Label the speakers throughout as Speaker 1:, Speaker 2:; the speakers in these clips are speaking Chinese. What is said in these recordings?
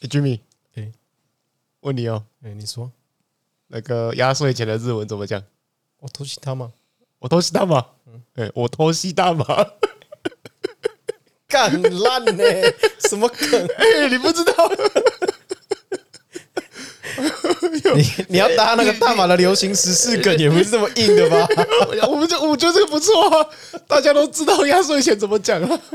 Speaker 1: 诶 Jimmy，
Speaker 2: 诶
Speaker 1: 问你哦，
Speaker 2: 哎、你说
Speaker 1: 那个压岁钱的日文怎么讲？
Speaker 2: 我偷袭他吗？嗯
Speaker 1: 我偷西大麻，哎、我偷西大麻，
Speaker 2: 干烂 呢？什么梗？
Speaker 1: 哎、你不知道，
Speaker 2: 你你要搭那个大马的流行时事梗，也不是这么硬的吧？
Speaker 1: 我们就我觉得这个不错啊，大家都知道压岁钱怎么讲啊了、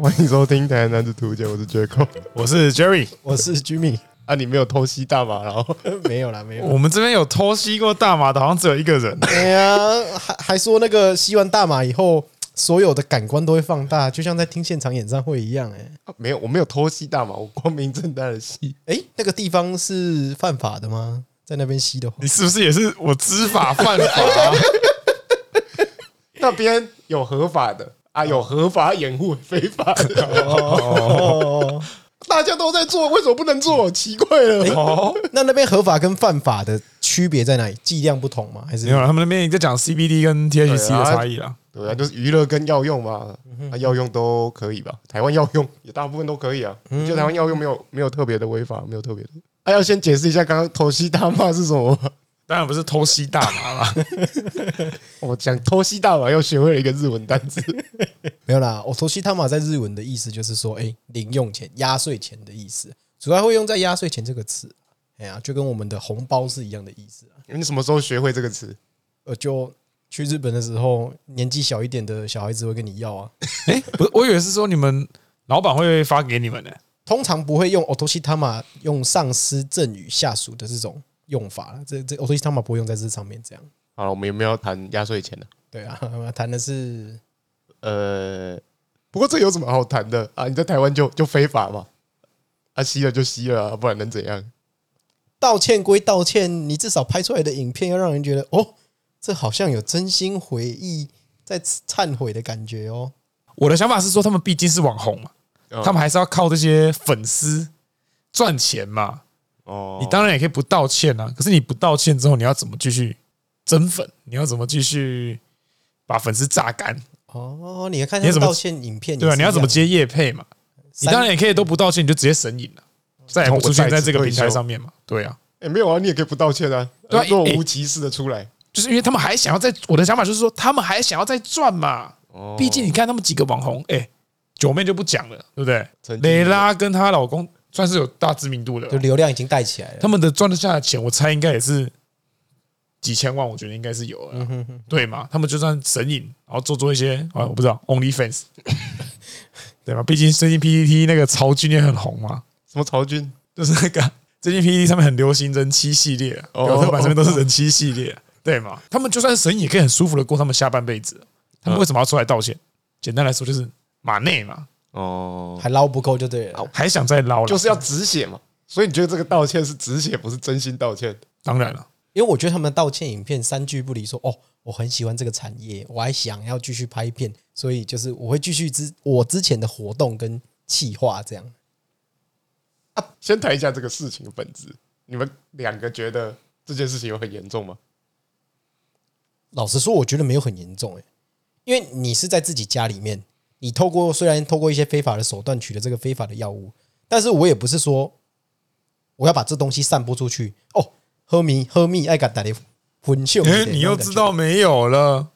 Speaker 1: 欢迎收听《台南男子图鉴》，我是 Jaco。
Speaker 3: 我是 Jerry，
Speaker 2: 我是 Jimmy，
Speaker 1: 啊，你没有偷西大麻，然后
Speaker 2: 没有啦，没有。
Speaker 3: 我们这边有偷吸过大麻的，好像只有一个人。
Speaker 2: 哎呀，还还说那个吸完大麻以后，所有的感官都会放大，就像在听现场演唱会一样、哎
Speaker 1: 啊 没有，我没有偷西大麻，我光明正大的吸。
Speaker 2: 哎，哎，那个地方是犯法的吗？在那边吸的话
Speaker 3: 你，是不是也是我知法犯法、啊
Speaker 1: 那边有合法的 啊，有合法掩护非法的，
Speaker 2: 哦，
Speaker 1: 大家都在做，为什么不能做？奇怪了。
Speaker 3: 哦，
Speaker 2: 那那边合法跟犯法的区别在哪里？剂量不同吗？还是
Speaker 3: 没有啦，他们那边也在讲 CBD 跟 THC
Speaker 1: 对
Speaker 3: 的
Speaker 1: 啊
Speaker 3: 差异啦。
Speaker 1: 对啊，就是娱乐跟药用嘛，
Speaker 3: 嗯
Speaker 1: 啊，药用都可以吧？台湾药用也大部分都可以啊。
Speaker 3: 嗯
Speaker 1: 我觉得台湾药用没有没有特别的违法，没有特别的。啊，要先解释一下刚刚偷西大麻是什么吗？
Speaker 3: 当然不是偷吸大麻啦，
Speaker 1: 我讲偷西大麻又学会了一个日文单 词，
Speaker 2: 没有啦，我头西他玛在日文的意思就是说，哎、零用钱、压岁钱的意思，主要会用在压岁钱这个词。哎呀、就跟我们的红包是一样的意思啊。
Speaker 1: 你什么时候学会这个词？
Speaker 2: 呃，就去日本的时候，年纪小一点的小孩子会跟你要啊，
Speaker 3: 哎、不是，我以为是说你们老板会发给你们呢、
Speaker 2: 通常不会用 o t o s h i t a m a 用上司赠与下属的这种用法啦。这这 o t o s h i t a m a 不会用在这上面这样。
Speaker 1: 好了，我们有没有谈压岁钱呢、
Speaker 2: 对啊， 我们谈的是
Speaker 1: 呃，不过这有什么好谈的啊？你在台湾就就非法嘛，啊，吸了就吸了、啊，不然能怎样？
Speaker 2: 道歉归道歉，你至少拍出来的影片要让人觉得，哦，这好像有真心回忆在忏悔的感觉哦。
Speaker 3: 我的想法是说，他们毕竟是网红嘛，
Speaker 1: 嗯
Speaker 3: 他们还是要靠这些粉丝赚钱嘛。
Speaker 1: 哦
Speaker 3: 你当然也可以不道歉啊，可是你不道歉之后，你要怎么继续增粉？你要怎么继续把粉丝榨干？
Speaker 2: 哦，你看
Speaker 3: 你
Speaker 2: 他们
Speaker 3: 要怎么
Speaker 2: 道歉影片也是一
Speaker 3: 对
Speaker 2: 样的，
Speaker 3: 啊，你要怎么接业配嘛？你
Speaker 2: 三
Speaker 3: 当然也可以都不道歉，你就直接神隐了，再也不出现在这个平台上面嘛。对啊，
Speaker 1: 也、没有啊，你也可以不道歉啊，
Speaker 3: 对啊
Speaker 1: 若
Speaker 3: 欸
Speaker 1: 无其事的出来。
Speaker 3: 就是因为他们还想要再，我的想法就是说，他们还想要再赚嘛。
Speaker 1: 哦
Speaker 3: 毕竟你看他们几个网红，哎，九妹就不讲了，对不对？
Speaker 1: 曾经
Speaker 3: 蕾拉跟她老公算是有大知名度的
Speaker 2: 就
Speaker 3: 了，
Speaker 2: 流量已经带起来了？
Speaker 3: 他们的赚得下的钱，我猜应该也是几千万，我觉得应该是有
Speaker 1: 嗯
Speaker 3: 了，对嘛？他们就算神隐，然后做做一些啊，我不知道 OnlyFans，对吧？毕竟最近 PPT 那个曹军也很红嘛。
Speaker 1: 什么曹军？
Speaker 3: 就是那个最近 PPT E 上面很流行人妻系列，啊
Speaker 1: 哦
Speaker 3: 表特版上面都是人妻系列，啊对嘛？他们就算神也可以很舒服的过他们下半辈子，啊他们为什么要出来道歉？简单来说就是马内嘛，
Speaker 1: 哦，
Speaker 2: 还捞不够就对了。
Speaker 3: 还想再捞啦，
Speaker 1: 就是要止血嘛。所以你觉得这个道歉是止血，不是真心道歉？
Speaker 3: 当然了，
Speaker 2: 因为我觉得他们的道歉影片三句不离说，哦，我很喜欢这个产业，我还想要继续拍片，所以就是我会继续之我之前的活动跟企划这样。
Speaker 1: 啊，先谈一下这个事情的本质。你们两个觉得这件事情有很严重吗？
Speaker 2: 老实说，我觉得没有很严重诶、欸因为你是在自己家里面，你透过虽然透过一些非法的手段取得这个非法的药物，但是我也不是说我要把这东西散播出去哦，喝迷喝蜜爱敢打的混秀，
Speaker 3: 哎，你又知道没有了。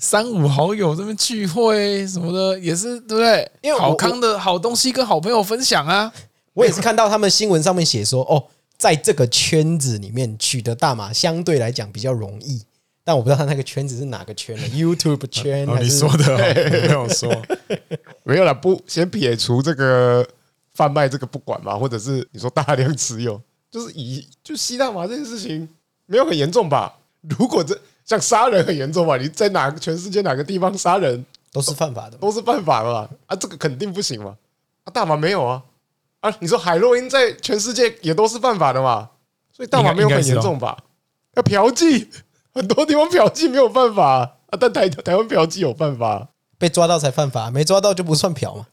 Speaker 3: 三五好友这边聚会什么的，也是对不对？
Speaker 2: 因为我
Speaker 3: 好康的好东西跟好朋友分享啊，
Speaker 2: 我也是看到他们新闻上面写说，哦，在这个圈子里面取得大麻相对来讲比较容易，但我不知道他那个圈子是哪个圈了，YouTube 圈
Speaker 3: 哦，
Speaker 2: 还
Speaker 3: 你
Speaker 2: 是
Speaker 3: 说 的哦，没有说，
Speaker 1: 没有啦，不，先撇除这个贩卖这个不管嘛，或者是你说大量持有， 就是以就吸大麻这件事情没有很严重吧？ 如果这像杀人很严重吧？你在哪个全世界哪个地方杀人
Speaker 2: 都是犯法的吗？
Speaker 1: 都是犯法嘛？啊，这个肯定不行嘛！啊，大麻没有啊！啊，你说海洛因在全世界也都是犯法的嘛？所以大麻没有很严重吧？要嫖妓， 很多地方嫖妓没有办法啊，啊但台台湾嫖妓有办法、啊
Speaker 2: 被抓到才犯法，没抓到就不算嫖嘛。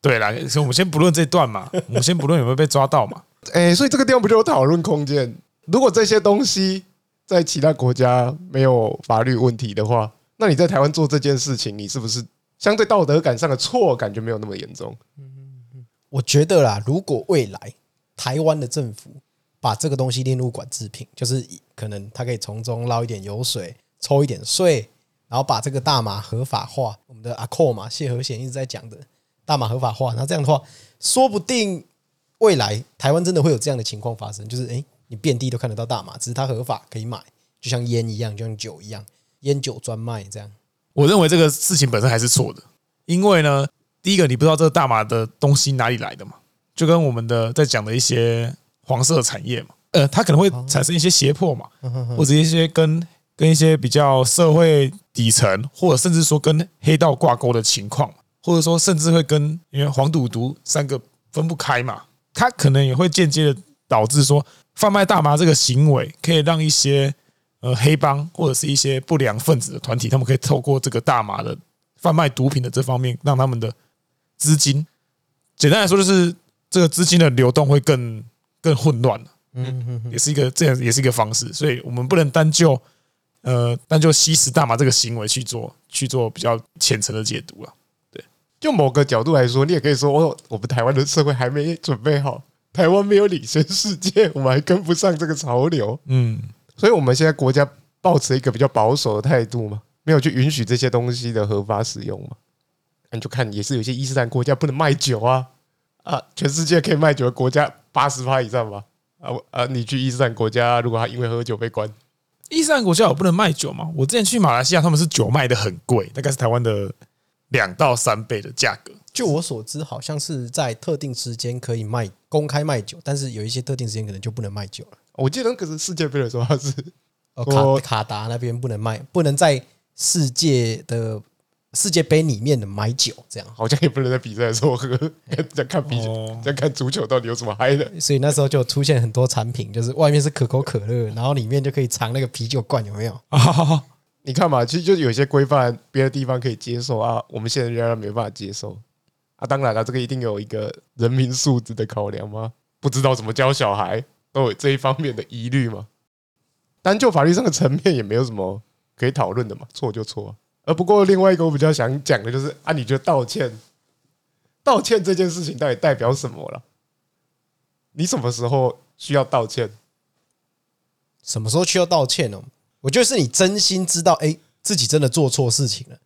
Speaker 3: 对啦，所以我们先不论这段嘛，我们先不论有没有被抓到嘛，
Speaker 1: 哎、所以这个地方不就有讨论空间？如果这些东西在其他国家没有法律问题的话，那你在台湾做这件事情，你是不是相对道德感上的错感觉没有那么严重？
Speaker 2: 我觉得啦，如果未来台湾的政府把这个东西列入管制品，就是可能他可以从中捞一点油水，抽一点税，然后把这个大麻合法化。我们的阿寇嘛，谢和弦一直在讲的大麻合法化，那这样的话，说不定未来台湾真的会有这样的情况发生，就是诶，哎你遍地都看得到大麻，只是它合法可以买，就像烟一样，就像酒一样，烟酒专卖这样。
Speaker 3: 我认为这个事情本身还是错的，因为呢，第一个你不知道这个大麻的东西哪里来的嘛，就跟我们的在讲的一些黄色产业嘛，呃，它可能会产生一些胁迫嘛，或者一些跟跟一些比较社会底层，或者甚至说跟黑道挂钩的情况，或者说甚至会跟因为黄赌毒三个分不开嘛，它可能也会间接的导致说贩卖大麻这个行为可以让一些呃黑帮或者是一些不良分子的团体，他们可以透过这个大麻的贩卖毒品的这方面，让他们的资金，简单来说就是这个资金的流动会更更混乱了。嗯，也是一个这样，也是一个方式，所以我们不能单就呃单就吸食大麻这个行为去做去做比较浅层的解读啊了。
Speaker 1: 就某个角度来说，你也可以说，哦，我们台湾的社会还没准备好，台湾没有领先世界，我们还跟不上这个潮流。
Speaker 3: 嗯，
Speaker 1: 所以我们现在国家保持一个比较保守的态度嘛，没有去允许这些东西的合法使用嘛。那你就看，也是有一些伊斯兰国家不能卖酒啊，啊，全世界可以卖酒的国家八十趴以上吧。啊我啊，你去伊斯兰国家，如果他因为喝酒被关，
Speaker 3: 伊斯兰国家有不能卖酒吗？我之前去马来西亚，他们是酒卖的很贵，大概是台湾的两到三倍的价格。
Speaker 2: 就我所知，好像是在特定时间可以卖公开卖酒，但是有一些特定时间可能就不能卖酒了。
Speaker 1: 我记得那个是世界杯的时候，他是
Speaker 2: 呃，
Speaker 1: 我
Speaker 2: 卡卡达那边不能卖，不能在世界的世界杯里面的买酒，这样。
Speaker 1: 好像也不能在比赛的时候喝，在看比
Speaker 3: 哦
Speaker 1: 在看足球到底有什么嗨的。
Speaker 2: 所以那时候就出现很多产品，就是外面是可口可乐，然后里面就可以藏那个啤酒罐，有没有？
Speaker 3: 啊，
Speaker 1: 你看嘛，其实就有些规范，别的地方可以接受啊，我们现在仍然没办法接受啊。当然了，这个一定有一个人民素质的考量嘛，不知道怎么教小孩，都有这一方面的疑虑嘛。单就法律上的层面，也没有什么可以讨论的嘛，错就错、啊。而不过另外一个我比较想讲的就是啊，你觉得道歉，道歉这件事情到底代表什么了？你什么时候需要道歉？
Speaker 2: 什么时候需要道歉哦？我觉得是你真心知道，哎、自己真的做错事情了，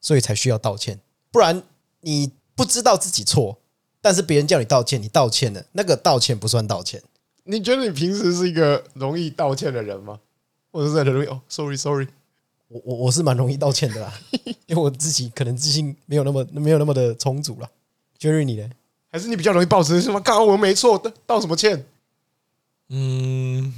Speaker 2: 所以才需要道歉。不然你不知道自己错，但是别人叫你道歉，你道歉了，那个道歉不算道歉。
Speaker 1: 你觉得你平时是一个容易道歉的人吗？或者是很容易哦，sorry sorry，
Speaker 2: 我我我是蛮容易道歉的啦，因为我自己可能自信没有那么没有那么的充足啦。Jerry，你呢？
Speaker 1: 还是你比较容易保持什么？刚刚我没错，道道什么歉？
Speaker 3: 嗯，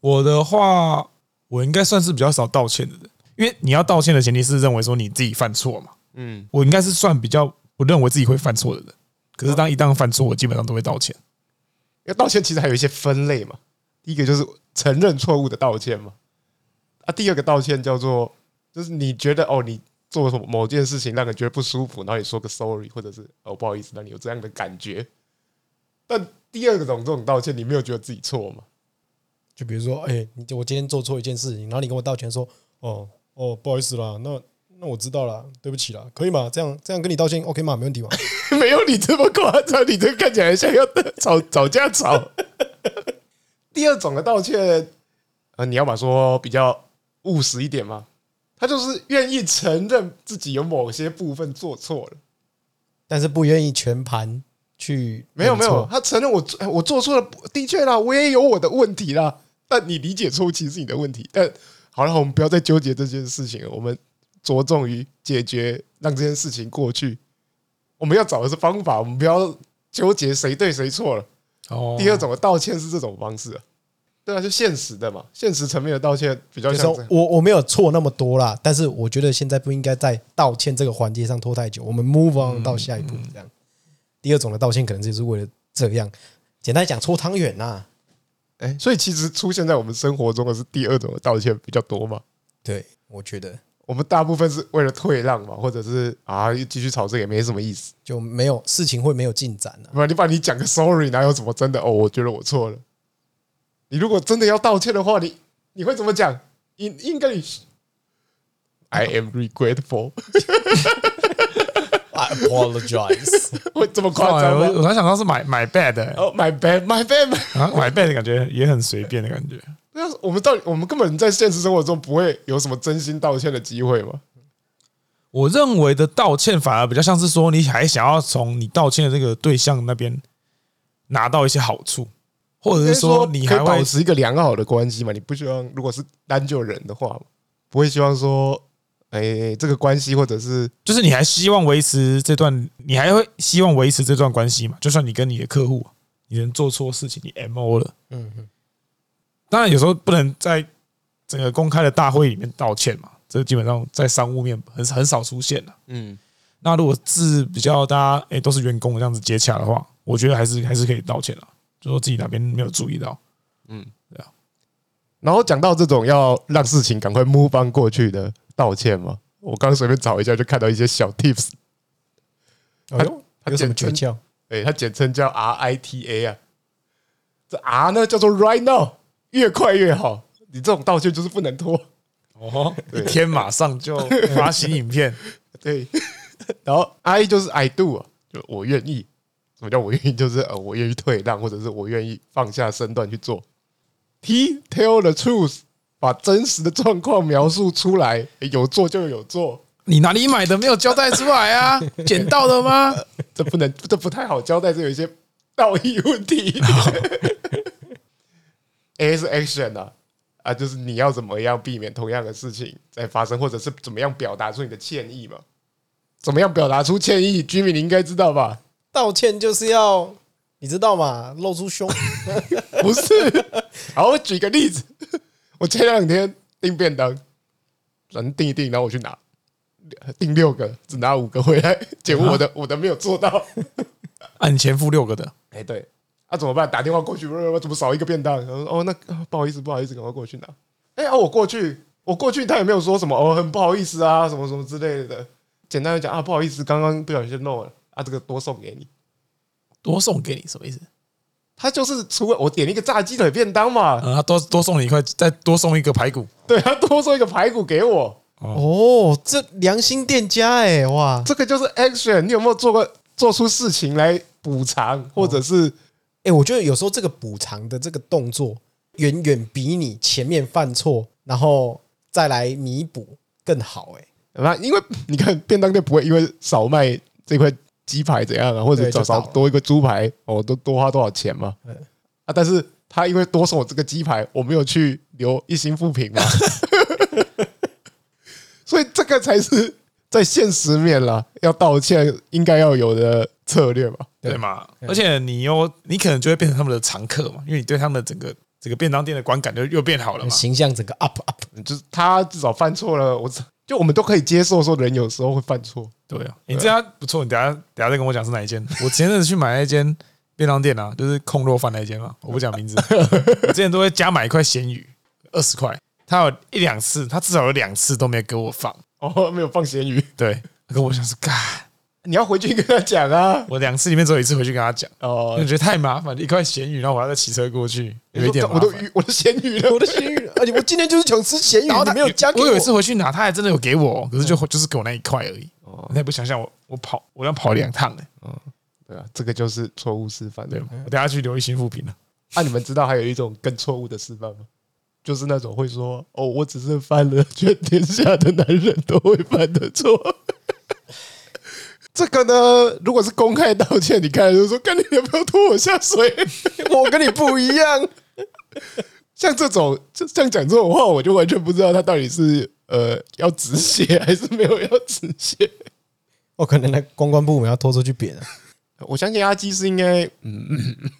Speaker 3: 我的话，我应该算是比较少道歉的人，因为你要道歉的前提是认为说你自己犯错嘛。
Speaker 1: 嗯，
Speaker 3: 我应该是算比较不认为自己会犯错的人，可是当一旦犯错，我基本上都会道歉。
Speaker 1: 因为道歉其实还有一些分类嘛。第一个就是承认错误的道歉嘛，啊，第二个道歉叫做就是你觉得哦，你做什么某件事情让你觉得不舒服，然后你说个 sorry，或者是哦不好意思，让你有这样的感觉。但第二种这种道歉，你没有觉得自己错嘛？
Speaker 2: 就比如说，哎、你我今天做错一件事情，然后你跟我道歉说，哦哦，不好意思啦，那那我知道啦，对不起啦，可以吗？这样这样跟你道歉，OK 吗？没问题吗？
Speaker 1: 没有你这么夸张，你这看起来像要吵吵架吵。 第二种的道歉，呃，你要么说比较务实一点嘛，他就是愿意承认自己有某些部分做错了。
Speaker 2: 但是不愿意全盘去
Speaker 1: 没有
Speaker 2: 认
Speaker 1: 没
Speaker 2: 错
Speaker 1: 有，，他承认我做哎我做错了，的确啦，我也有我的问题啦。但你理解错误其实是你的问题。但好了，我们不要再纠结这件事情了，我们着重于解决，让这件事情过去。我们要找的是方法，我们不要纠结谁对谁错了。
Speaker 3: 哦
Speaker 1: 第二种的道歉是这种方式、啊，对啊，就现实的嘛，现实层面的道歉比较
Speaker 2: 就是
Speaker 1: 像
Speaker 2: 说
Speaker 1: 这样。
Speaker 2: 我我没有错那么多啦，但是我觉得现在不应该在道歉这个环节上拖太久，我们
Speaker 1: 嗯
Speaker 2: move on 到下一步这样。第二种的道歉可能就是为了这样，简单讲搓汤圆啊呐，
Speaker 1: 哎、所以其实出现在我们生活中的是第二种的道歉比较多嘛。
Speaker 2: 对我觉得
Speaker 1: 我们大部分是为了退让嘛，或者是啊继续吵这个也没什么意思。
Speaker 2: 就没有事情会没有进展 啊。
Speaker 1: 不然你把你讲个 sorry，哪有什么真的哦？我觉得我错了。你如果真的要道歉的话，你你会怎么讲？应应该你， I am regretful，
Speaker 2: I apologize。
Speaker 1: 会这么夸
Speaker 3: 哇
Speaker 1: 张
Speaker 3: 哦我
Speaker 1: 吗
Speaker 3: 我还想到是买买 bad 的、
Speaker 1: ？Oh my bad, my bad, my
Speaker 3: 啊，买 bad 的感觉也很随便的感觉。
Speaker 1: 那我们到底我们根本在现实生活中不会有什么真心道歉的机会吗？
Speaker 3: 我认为的道歉反而比较像是说，你还想要从你道歉的这个对象那边拿到一些好处，或者是说你
Speaker 1: 可以
Speaker 3: 还会
Speaker 1: 保持一个良好的关系嘛？你不希望如果是单就人的话，不会希望说，哎、这个关系或者是
Speaker 3: 就是你还希望维持这段，你还会希望维持这段关系嘛？就算你跟你的客户，你能做错事情，你 M O 了，
Speaker 2: 嗯嗯，
Speaker 3: 当然有时候不能在整个公开的大会里面道歉嘛，这基本上在商务面很很少出现了。啊
Speaker 1: 嗯，
Speaker 3: 那如果是比较大家诶、都是员工这样子接洽的话，我觉得还是还是可以道歉了，就说自己哪边没有注意到。
Speaker 1: 然后讲到这种要让事情赶快 move on 过去的道歉嘛，我刚随便找一下就看到一些小 tips，
Speaker 2: 哎呦，
Speaker 1: 它
Speaker 2: 有什么诀
Speaker 1: 简称
Speaker 2: 窍？
Speaker 1: 哎、它简称叫 RITA 啊，这 R 呢叫做 right now，越快越好。你这种道歉就是不能拖，
Speaker 3: 哦，一天马上就发行影片，
Speaker 1: 对， 然后 I 就是 I do 啊，就我愿意。什么叫我愿意？就是呃，我愿意退让，或者是我愿意放下身段去做。T tell the truth，把真实的状况描述出来，诶有做就有做，
Speaker 3: 你哪里买的没有交代出来啊？捡到的吗？
Speaker 1: 这不能，这不太好交代，这有一些道义问题。A 是 action 啊，啊，就是你要怎么样避免同样的事情再发生，或者是怎么样表达出你的歉意嘛？怎么样表达出歉意？居民你应该知道吧？
Speaker 2: 道歉就是要你知道嘛，露出胸。
Speaker 1: 不是。 好，我举个例子，我前两天订便当，人订一订，然后我去拿，订六个，只拿五个回来，结果我的、我的没有做到。
Speaker 3: 按啊你前付六个的，
Speaker 1: 哎、对，啊怎么办？打电话过去，我怎么少一个便当？然后说哦，那啊不好意思，不好意思，赶快过去拿。哎、啊，我过去，我过去，他也没有说什么哦，很不好意思啊，什么什么之类的。简单的讲啊，不好意思，刚刚不小心弄了啊，这个多送给你。
Speaker 3: 多送给你什么意思？
Speaker 1: 他就是除了我点了一个炸鸡腿便当嘛，
Speaker 3: 啊，他多多送你一块，再多送一个排骨。
Speaker 1: 对他多送一个排骨给我，
Speaker 2: 哦，这良心店家哎、哇！
Speaker 1: 这个就是 action。你有没有做过做出事情来补
Speaker 2: 哦
Speaker 1: 偿，或者是
Speaker 2: 哎、我觉得有时候这个补偿的这个动作，远远比你前面犯错然后再来弥补更好哎、
Speaker 1: 啊？因为你看便当店不会因为少卖这块鸡排怎样啊，或者
Speaker 2: 对
Speaker 1: 少
Speaker 2: 就
Speaker 1: 少
Speaker 2: 倒了
Speaker 1: 多一个猪排，哦，都多花多少钱嘛
Speaker 2: 嗯？
Speaker 1: 啊，但是他因为多送我这个鸡排，我没有去留一星复 评嘛，所以这个才是在现实面啦，要道歉应该要有的策略吧。
Speaker 2: 对
Speaker 3: 对嘛？
Speaker 2: 嗯
Speaker 3: 而且你又你可能就会变成他们的常客嘛，因为你对他们整个整个便当店的观感就又变好了嘛。
Speaker 2: 形象整个 up up。
Speaker 1: 就是他至少犯错了，我就我们都可以接受说人有时候会犯错。
Speaker 3: 对啊，你这家不错，你等下等下再跟我讲是哪一间。我前阵子去买那间便当店啊，就是控肉饭那一间嘛，我不讲名字。我之前都会加买一块咸鱼，二十块。他有一两次，他至少有两次都没有给我放。
Speaker 1: 哦，没有放咸鱼，
Speaker 3: 对，跟我想说，嘎，
Speaker 1: 你要回去跟他讲啊。
Speaker 3: 我两次里面只有一次回去跟他讲，我
Speaker 1: 哦，
Speaker 3: 觉得太麻烦，一块咸鱼，然后我还要再骑车过去，有一
Speaker 1: 你
Speaker 3: 点
Speaker 1: 说
Speaker 3: 麻
Speaker 1: 我都
Speaker 3: 烦。
Speaker 1: 鱼，我都咸鱼了，
Speaker 2: 我的咸鱼，而且我今天就是想吃咸鱼，
Speaker 3: 然后
Speaker 2: 你
Speaker 3: 他
Speaker 2: 没有加给
Speaker 3: 我有一次回去拿，他还真的有给我，可是就就是给我那一块而已。你也不想想我我跑我要跑两趟呢，
Speaker 1: 对啊，这个就是错误示范，
Speaker 3: 对
Speaker 1: 对吗
Speaker 3: 吗？？我等下去留一星复评了。
Speaker 1: 啊，你们知道还有一种更错误的示范吗？就是那种会说“哦，我只是犯了全天下的男人都会犯的错”。 这个呢，如果是公开道歉，你看就说“干你娘，不要拖我下水”，
Speaker 2: 我跟你不一样。
Speaker 1: 像这种，就像讲这种话，我就完全不知道他到底是呃要止血还是没有要止血。
Speaker 2: 我哦可能那公关部门要拖出去扁了。
Speaker 1: 我相信阿基是应该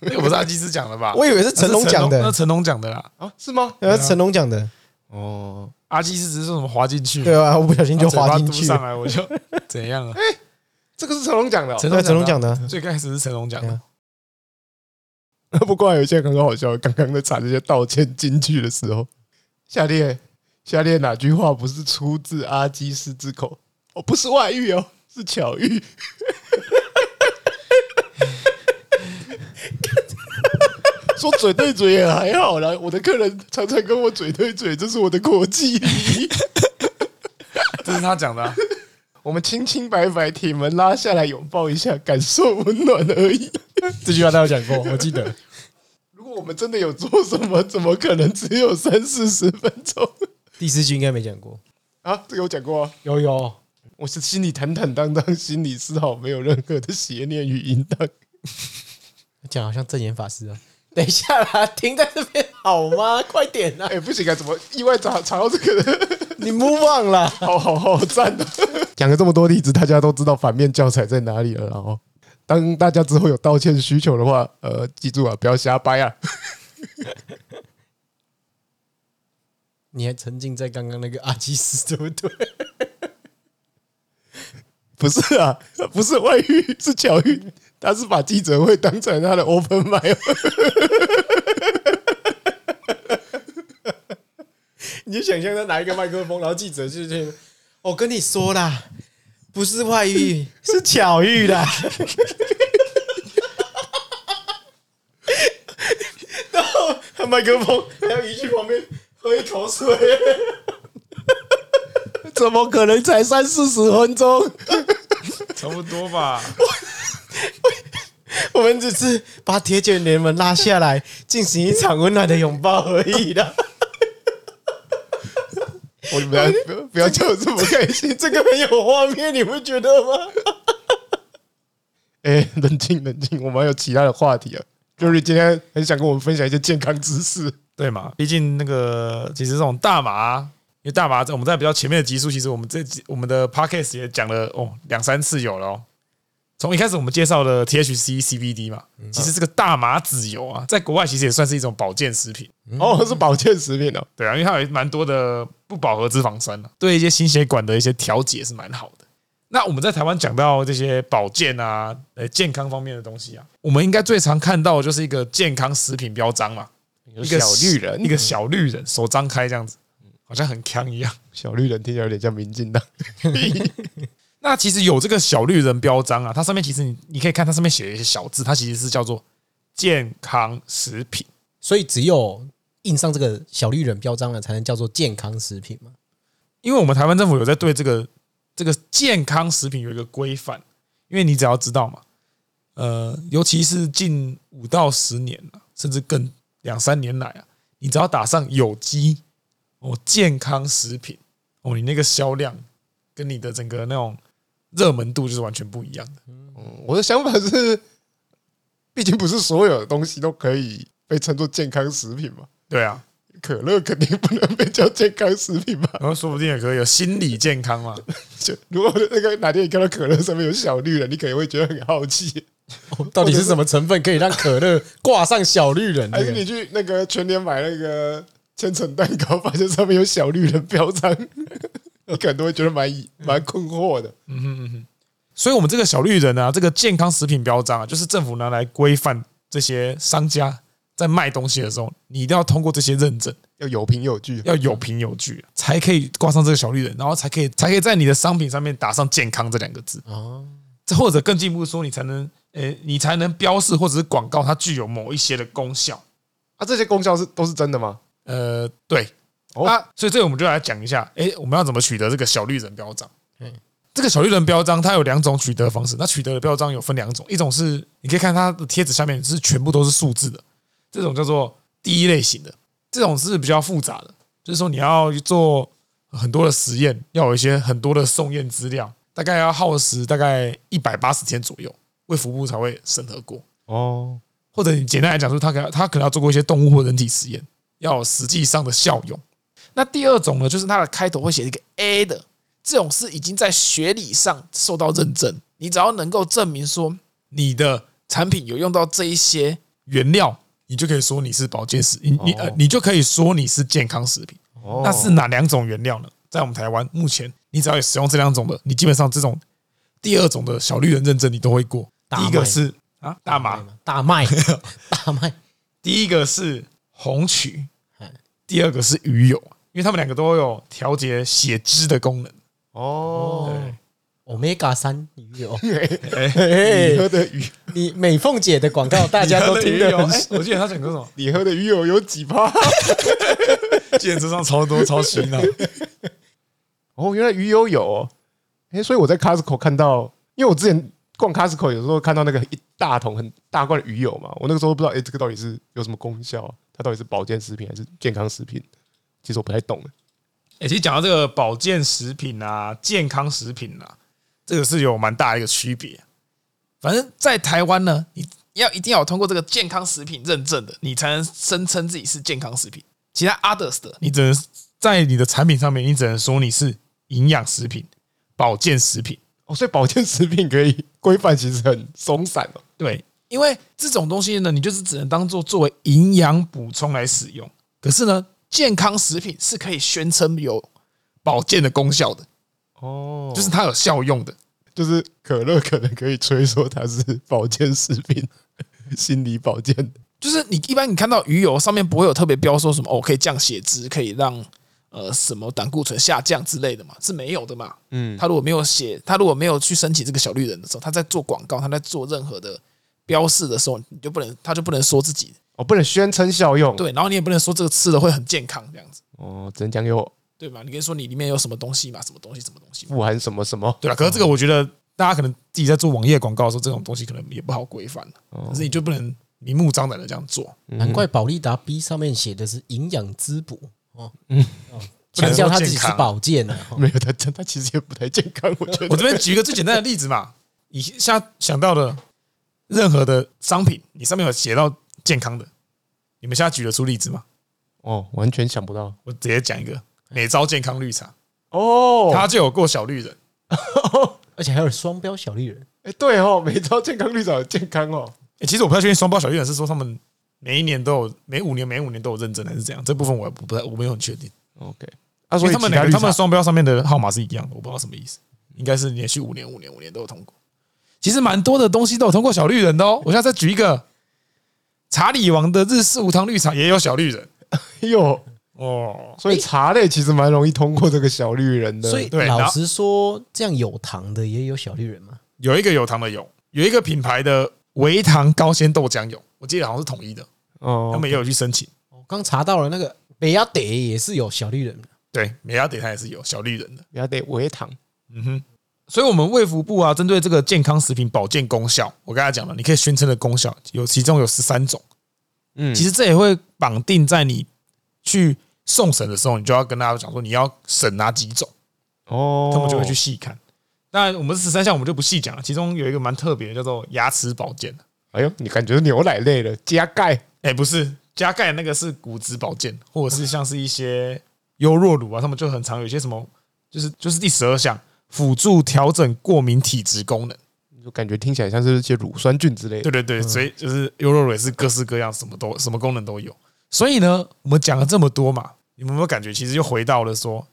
Speaker 3: 那个不是阿基斯讲的吧？
Speaker 2: 我以为是成龙讲
Speaker 3: 那
Speaker 2: 的
Speaker 3: 是，成龙讲的啦。
Speaker 1: 啊，是吗？
Speaker 2: 呃，成龙讲的，
Speaker 1: 哦，
Speaker 3: 阿基斯只是说什么滑进去，
Speaker 2: 对啊，我不小心
Speaker 3: 然
Speaker 2: 就
Speaker 3: 后嘴巴
Speaker 2: 滑进
Speaker 3: 嘟
Speaker 2: 去。
Speaker 3: 上来，我就 怎样了？啊
Speaker 1: 这个是成龙讲的哦、
Speaker 2: 对，成啊龙讲，的，
Speaker 3: 最开始是成龙讲
Speaker 2: 对
Speaker 3: 的
Speaker 2: 啊。
Speaker 1: 不过还有一些很好笑，刚刚在查这些道歉金句的时候，下列下列哪句话不是出自阿基斯之口？哦，不是外遇哦，是巧遇。 说嘴对嘴也还好啦，我的客人常常跟我嘴对嘴，这是我的国际礼仪。
Speaker 3: 这是他讲的、啊，
Speaker 1: 我们清清白白，铁门拉下来拥抱一下，感受温暖而已。
Speaker 2: 这句话他有讲过，我记得。
Speaker 1: 如果我们真的有做什么，怎么可能只有三四十分钟
Speaker 2: 第四句应该没讲过，
Speaker 1: 啊？这个我讲过啊，
Speaker 2: 有有，
Speaker 1: 我是心里坦坦荡荡，心里丝毫没有任何的邪念与淫荡。
Speaker 2: 讲好像正言法师啊。等一下啦，停在这边好吗？快点啦
Speaker 1: 哎、，不行啊，怎么意外查查到这个？
Speaker 2: 你 move on 啦。
Speaker 1: 好好好赞啊！ 讲了这么多例子，大家都知道反面教材在哪里了。然后，当大家之后有道歉需求的话，呃，记住啊，不要瞎掰啊。
Speaker 2: 你还沉浸在刚刚那个阿基斯，对不对？
Speaker 1: 不是啊，不是外遇，是巧遇。他是把记者会当成他的 open m i
Speaker 2: 你就想象他拿一个麦克风，然后记者就这样，我跟你说啦，不是外 遇，是巧遇啦。然后他麦克风还要移去旁边喝一口水，
Speaker 1: 怎么可能才三四十分钟？
Speaker 3: 差不多吧。
Speaker 2: 我们只是把铁卷帘门拉下来，进行一场温暖的拥抱而已啦。
Speaker 1: 我们不要不要不要叫我这么开 心。
Speaker 2: 这个很有画面，你不觉得吗？
Speaker 1: 哎、冷静冷静，我们还有其他的话题啊。就是今天很想跟我们分享一些健康知识。
Speaker 3: 对嘛？毕竟那个其实这种大麻，因为大麻在我们在比较前面的集数，其实我们这集我们的 podcast 也讲了哦两三次有了哦。从一开始我们介绍的 THC、CBD 嘛，其实这个大麻籽油啊，在国外其实也算是一种保健食品，
Speaker 1: 哦，是保健食品哦。
Speaker 3: 对啊，因为它有蛮多的不饱和脂肪酸啊，对一些心血管的一些调节是蛮好的。那我们在台湾讲到这些保健啊、呃健康方面的东西啊，我们应该最常看到的就是一个健康食品标章嘛，
Speaker 1: 一个小绿人，
Speaker 3: 一个小绿人手张开这样子，好像很强一样。
Speaker 1: 小绿人听起来有点像民进党。
Speaker 3: 那其实有这个小绿人标章啊，它上面其实你你可以看它上面写了一些小字，它其实是叫做健康食品。
Speaker 2: 所以只有印上这个小绿人标章了，才能叫做健康食品嘛。
Speaker 3: 因为我们台湾政府有在对这个这个健康食品有一个规范，因为你只要知道嘛，呃，尤其是近五到十年、啊、甚至更两三年来啊，你只要打上有机哦健康食品哦，你那个销量跟你的整个那种热门度就是完全不一样的。
Speaker 1: 嗯我的想法是，毕竟不是所有的东西都可以被称作健康食品嘛。
Speaker 3: 对啊，
Speaker 1: 可乐肯定不能被叫健康食品吧？
Speaker 3: 然后说不定也可以有心理健康嘛。
Speaker 1: 就如果那个哪天你看到可乐上面有小绿人，你可能会觉得很好奇。
Speaker 2: 哦到底是什么成分可以让可乐挂上小绿人
Speaker 1: 还
Speaker 2: 这
Speaker 1: 是你
Speaker 2: 个？
Speaker 1: 去那个全年买那个千层蛋糕，发现上面有小绿人标章， 你可能都会觉得蛮疑蛮困惑的。
Speaker 3: 所以，我们这个小绿人啊，这个健康食品标章啊，就是政府拿来规范这些商家在卖东西的时候，你一定要通过这些认证，
Speaker 1: 要有凭有据，
Speaker 3: 要有凭有据，啊才可以挂上这个小绿人，然后才可以才可以在你的商品上面打上“健康”这两个字，
Speaker 2: 哦，
Speaker 3: 或者更进一步说，你才能呃、你才能标示或者是广告它具有某一些的功效。
Speaker 1: 啊，这些功效是都是真的吗？
Speaker 3: 呃，对，
Speaker 1: 哦
Speaker 3: 啊，所以这个我们就来讲一下，哎，我们要怎么取得这个小绿人标章
Speaker 2: 嗯？
Speaker 3: 这个小绿人标章它有两种取得方式，那取得的标章有分两种，一种是你可以看它的贴纸下面是全部都是数字的，这种叫做第一类型的，这种是比较复杂的，就是说你要做很多的实验，要有一些很多的送验资料，大概要耗时大概一百八十天左右，卫福部才会审核过。
Speaker 1: 哦，
Speaker 3: 或者你简单来讲说，他可能他可能要做过一些动物或人体实验，要有实际上的效用。那第二种呢，就是它的开头会写一个 A 的，这种是已经在学理上受到认证，你只要能够证明说你的产品有用到这一些原料，你就可以说你是保健食，你你呃
Speaker 1: 哦，
Speaker 3: 你就可以说你是健康食品。
Speaker 2: 哦
Speaker 3: 那是哪两种原料呢？在我们台湾目前，你只要有使用这两种的，你基本上这种第二种的小绿人认证你都会过。
Speaker 2: 大
Speaker 3: 第
Speaker 2: 麦
Speaker 3: 一个是啊大麻，
Speaker 2: 大麦， 大麦，
Speaker 3: 第一个是红曲
Speaker 2: 嗯，
Speaker 3: 第二个是鱼油，因为他们两个都有调节血脂的功能。
Speaker 1: 哦，
Speaker 2: omega 三鱼油，
Speaker 1: 你
Speaker 2: 嘿
Speaker 1: 喝
Speaker 2: 嘿
Speaker 1: 的鱼，，
Speaker 2: 你美凤姐的广告大家都听 得很
Speaker 3: 哎我记得他讲过什 么
Speaker 1: 你喝的鱼油有几趴？
Speaker 2: 啊
Speaker 3: 健身上超多超洗脑。
Speaker 1: 哦，原来鱼油有哦，哎，所以我在 Costco 看到，因为我之前逛 Costco 有时候看到那个一大桶很大罐的鱼油嘛，我那个时候不知道，哎，这个到底是有什么功效、啊？它到底是保健食品还是健康食品？其实我不太懂。
Speaker 3: 哎，其实讲到这个保健食品啊、健康食品啊，这个是有蛮大的一个区别。反正，在台湾呢，你要一定要有通过这个健康食品认证的，你才能声称自己是健康食品。其他 others 的，你只能在你的产品上面，你只能说你是营养食品、保健食品。
Speaker 1: 哦，所以保健食品可以规范，其实很松散哦。
Speaker 3: 对，因为这种东西呢，你就是只能当做作为营养补充来使用。可是呢，健康食品是可以宣称有保健的功效的，
Speaker 1: 哦，
Speaker 3: 就是它有效用的。
Speaker 1: 就是可乐可能可以吹说它是保健食品、心理保健的。
Speaker 3: 就是你一般你看到鱼油上面不会有特别标说什么哦，可以降血脂，可以让呃什么胆固醇下降之类的嘛，是没有的嘛。
Speaker 1: 嗯，
Speaker 3: 他如果没有写，他如果没有去申请这个小绿人的时候，他在做广告，他在做任何的标示的时候，你就不能，他就不能说自己
Speaker 1: 哦，不能宣称效用。
Speaker 3: 对，然后你也不能说这个吃了会很健康这样子，
Speaker 1: 哦，只能讲有
Speaker 3: 对吧？你可以说你里面有什么东西嘛，什么东西，什么东西嘛。
Speaker 1: 富含什么什么。
Speaker 3: 对了，可是这个我觉得大家可能自己在做网页广告的时候，这种东西可能也不好规范，啊可是你就不能明目张胆的这样做，
Speaker 2: 难怪保利达 B 上面写的是营养滋补哦，
Speaker 1: 嗯
Speaker 2: 哦，强调他自己是保健啊，
Speaker 1: 没有它，它它其实也不太健康，我觉
Speaker 3: 我
Speaker 1: 得。
Speaker 3: 这边举一个最简单的例子嘛，以下想到的任何的商品，你上面有写到健康的，你们现在举得出例子吗？
Speaker 1: 哦，完全想不到
Speaker 3: 我直接讲一个美招健康绿茶，
Speaker 1: 哦。
Speaker 3: 它就有过小绿人，
Speaker 2: 而且还有双标小绿人，
Speaker 1: 哎，对哦，每招健康绿茶很健康哦。
Speaker 3: 欸其实我不太确定双胞小绿人是说他们每一年都有，每五年每五年都有认证还是怎样，这部分我不不太我没有很确定，
Speaker 1: OK，啊，
Speaker 3: 因
Speaker 1: 所以
Speaker 3: 为他们
Speaker 1: 其他
Speaker 3: 两个
Speaker 1: 绿
Speaker 3: 他 们
Speaker 1: 茶
Speaker 3: 双标上面的号码是一样的，我不知道什么意思，应该是连续五年五年五年都有通过。其实蛮多的东西都有通过小绿人的哦，我现在再举一个，查理王的日式无糖绿茶也有小绿人。
Speaker 1: 有，
Speaker 3: 哦，
Speaker 1: 哎所以茶类其实蛮容易通过这个小绿人的。
Speaker 2: 所以
Speaker 3: 对然后
Speaker 2: 老实说，这样有糖的也有小绿人嘛？
Speaker 3: 有一个有糖的有，有一个品牌的微糖高纤豆浆有，我记得好像是统一的，他
Speaker 1: 哦
Speaker 3: 们，也有去申请。
Speaker 2: 我哦刚查到了，那个北亚得也是有小绿人，
Speaker 3: 对，美亚德它也是有小绿人的。
Speaker 1: 也得微糖。
Speaker 3: 嗯哼，所以我们卫福部啊，针对这个健康食品保健功效，我刚才讲了，你可以宣称的功效有其中有十三种，
Speaker 1: 嗯，
Speaker 3: 其实这也会绑定在你去送审的时候，你就要跟大家讲说你要审哪几种。
Speaker 1: 哦，
Speaker 3: 他们就会去细看。当然，我们十三项我们就不细讲了，其中有一个蛮特别的，叫做牙齿保健。
Speaker 1: 哎呦，你感觉牛奶类的加钙
Speaker 3: 哎，不是加钙那个是骨质保健，或者是像是一些优若乳啊，他们就很常有一些什么，就是就是第十二项辅助调整过敏体质功能。
Speaker 1: 就感觉听起来像是一些乳酸菌之类的
Speaker 3: 对。对对，
Speaker 2: 嗯
Speaker 3: 所以就是优若乳也是各式各样，什么都什么功能都有。所以呢，我们讲了这么多嘛，你们有没有感觉其实又回到了说，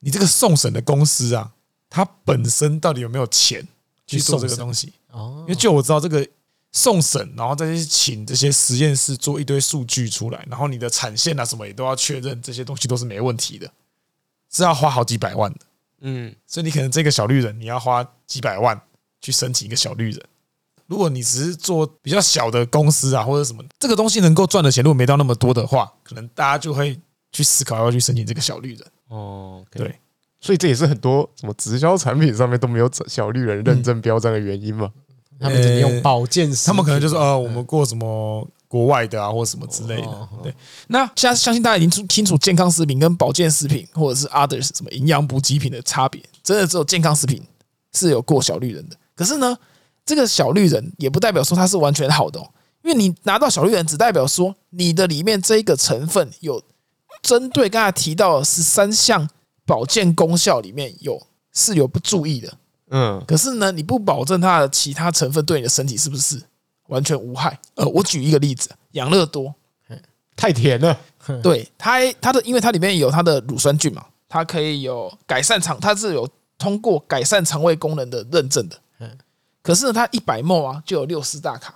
Speaker 3: 你这个送审的公司啊，它本身到底有没有钱去做
Speaker 2: 去送
Speaker 3: 这个
Speaker 2: 审
Speaker 3: 东西？
Speaker 2: 哦
Speaker 3: 因为就我知道这个送审，然后再去请这些实验室做一堆数据出来，然后你的产线啊什么也都要确认，这些东西都是没问题的，是要花好几百万的。
Speaker 1: 嗯，
Speaker 3: 所以你可能这个小绿人，你要花几百万去申请一个小绿人。如果你只是做比较小的公司啊，或者什么，这个东西能够赚的钱，如果没到那么多的话，可能大家就会去思考要去申请这个小绿人。
Speaker 1: 哦，
Speaker 3: 对，
Speaker 1: 所以这也是很多什么直销产品上面都没有小绿人认
Speaker 3: 嗯
Speaker 1: 证标章的原因嘛。
Speaker 2: 他们只能用保健食品，
Speaker 3: 呃他们可能就说呃，我们过什么国外的啊，或者什么之类的
Speaker 2: 哦。
Speaker 3: 对，那相相信大家已经清清楚健康食品跟保健食品或者是 others 什么营养补给品的差别，真的只有健康食品是有过小绿人的。可是呢，这个小绿人也不代表说它是完全好的、哦，因为你拿到小绿人，只代表说你的里面这一个成分有针对刚才提到的十三项保健功效里面有是有不注意的。
Speaker 1: 嗯，
Speaker 3: 可是呢，你不保证它的其他成分对你的身体是不是完全无害？呃，我举一个例子，养乐多，
Speaker 1: 太甜了。
Speaker 3: 对它它的，因为它里面有它的乳酸菌嘛，它可以有改善肠，它是有通过改善肠胃功能的认证的
Speaker 2: 嗯。
Speaker 3: 可是呢，它一百沫啊就有六十大卡，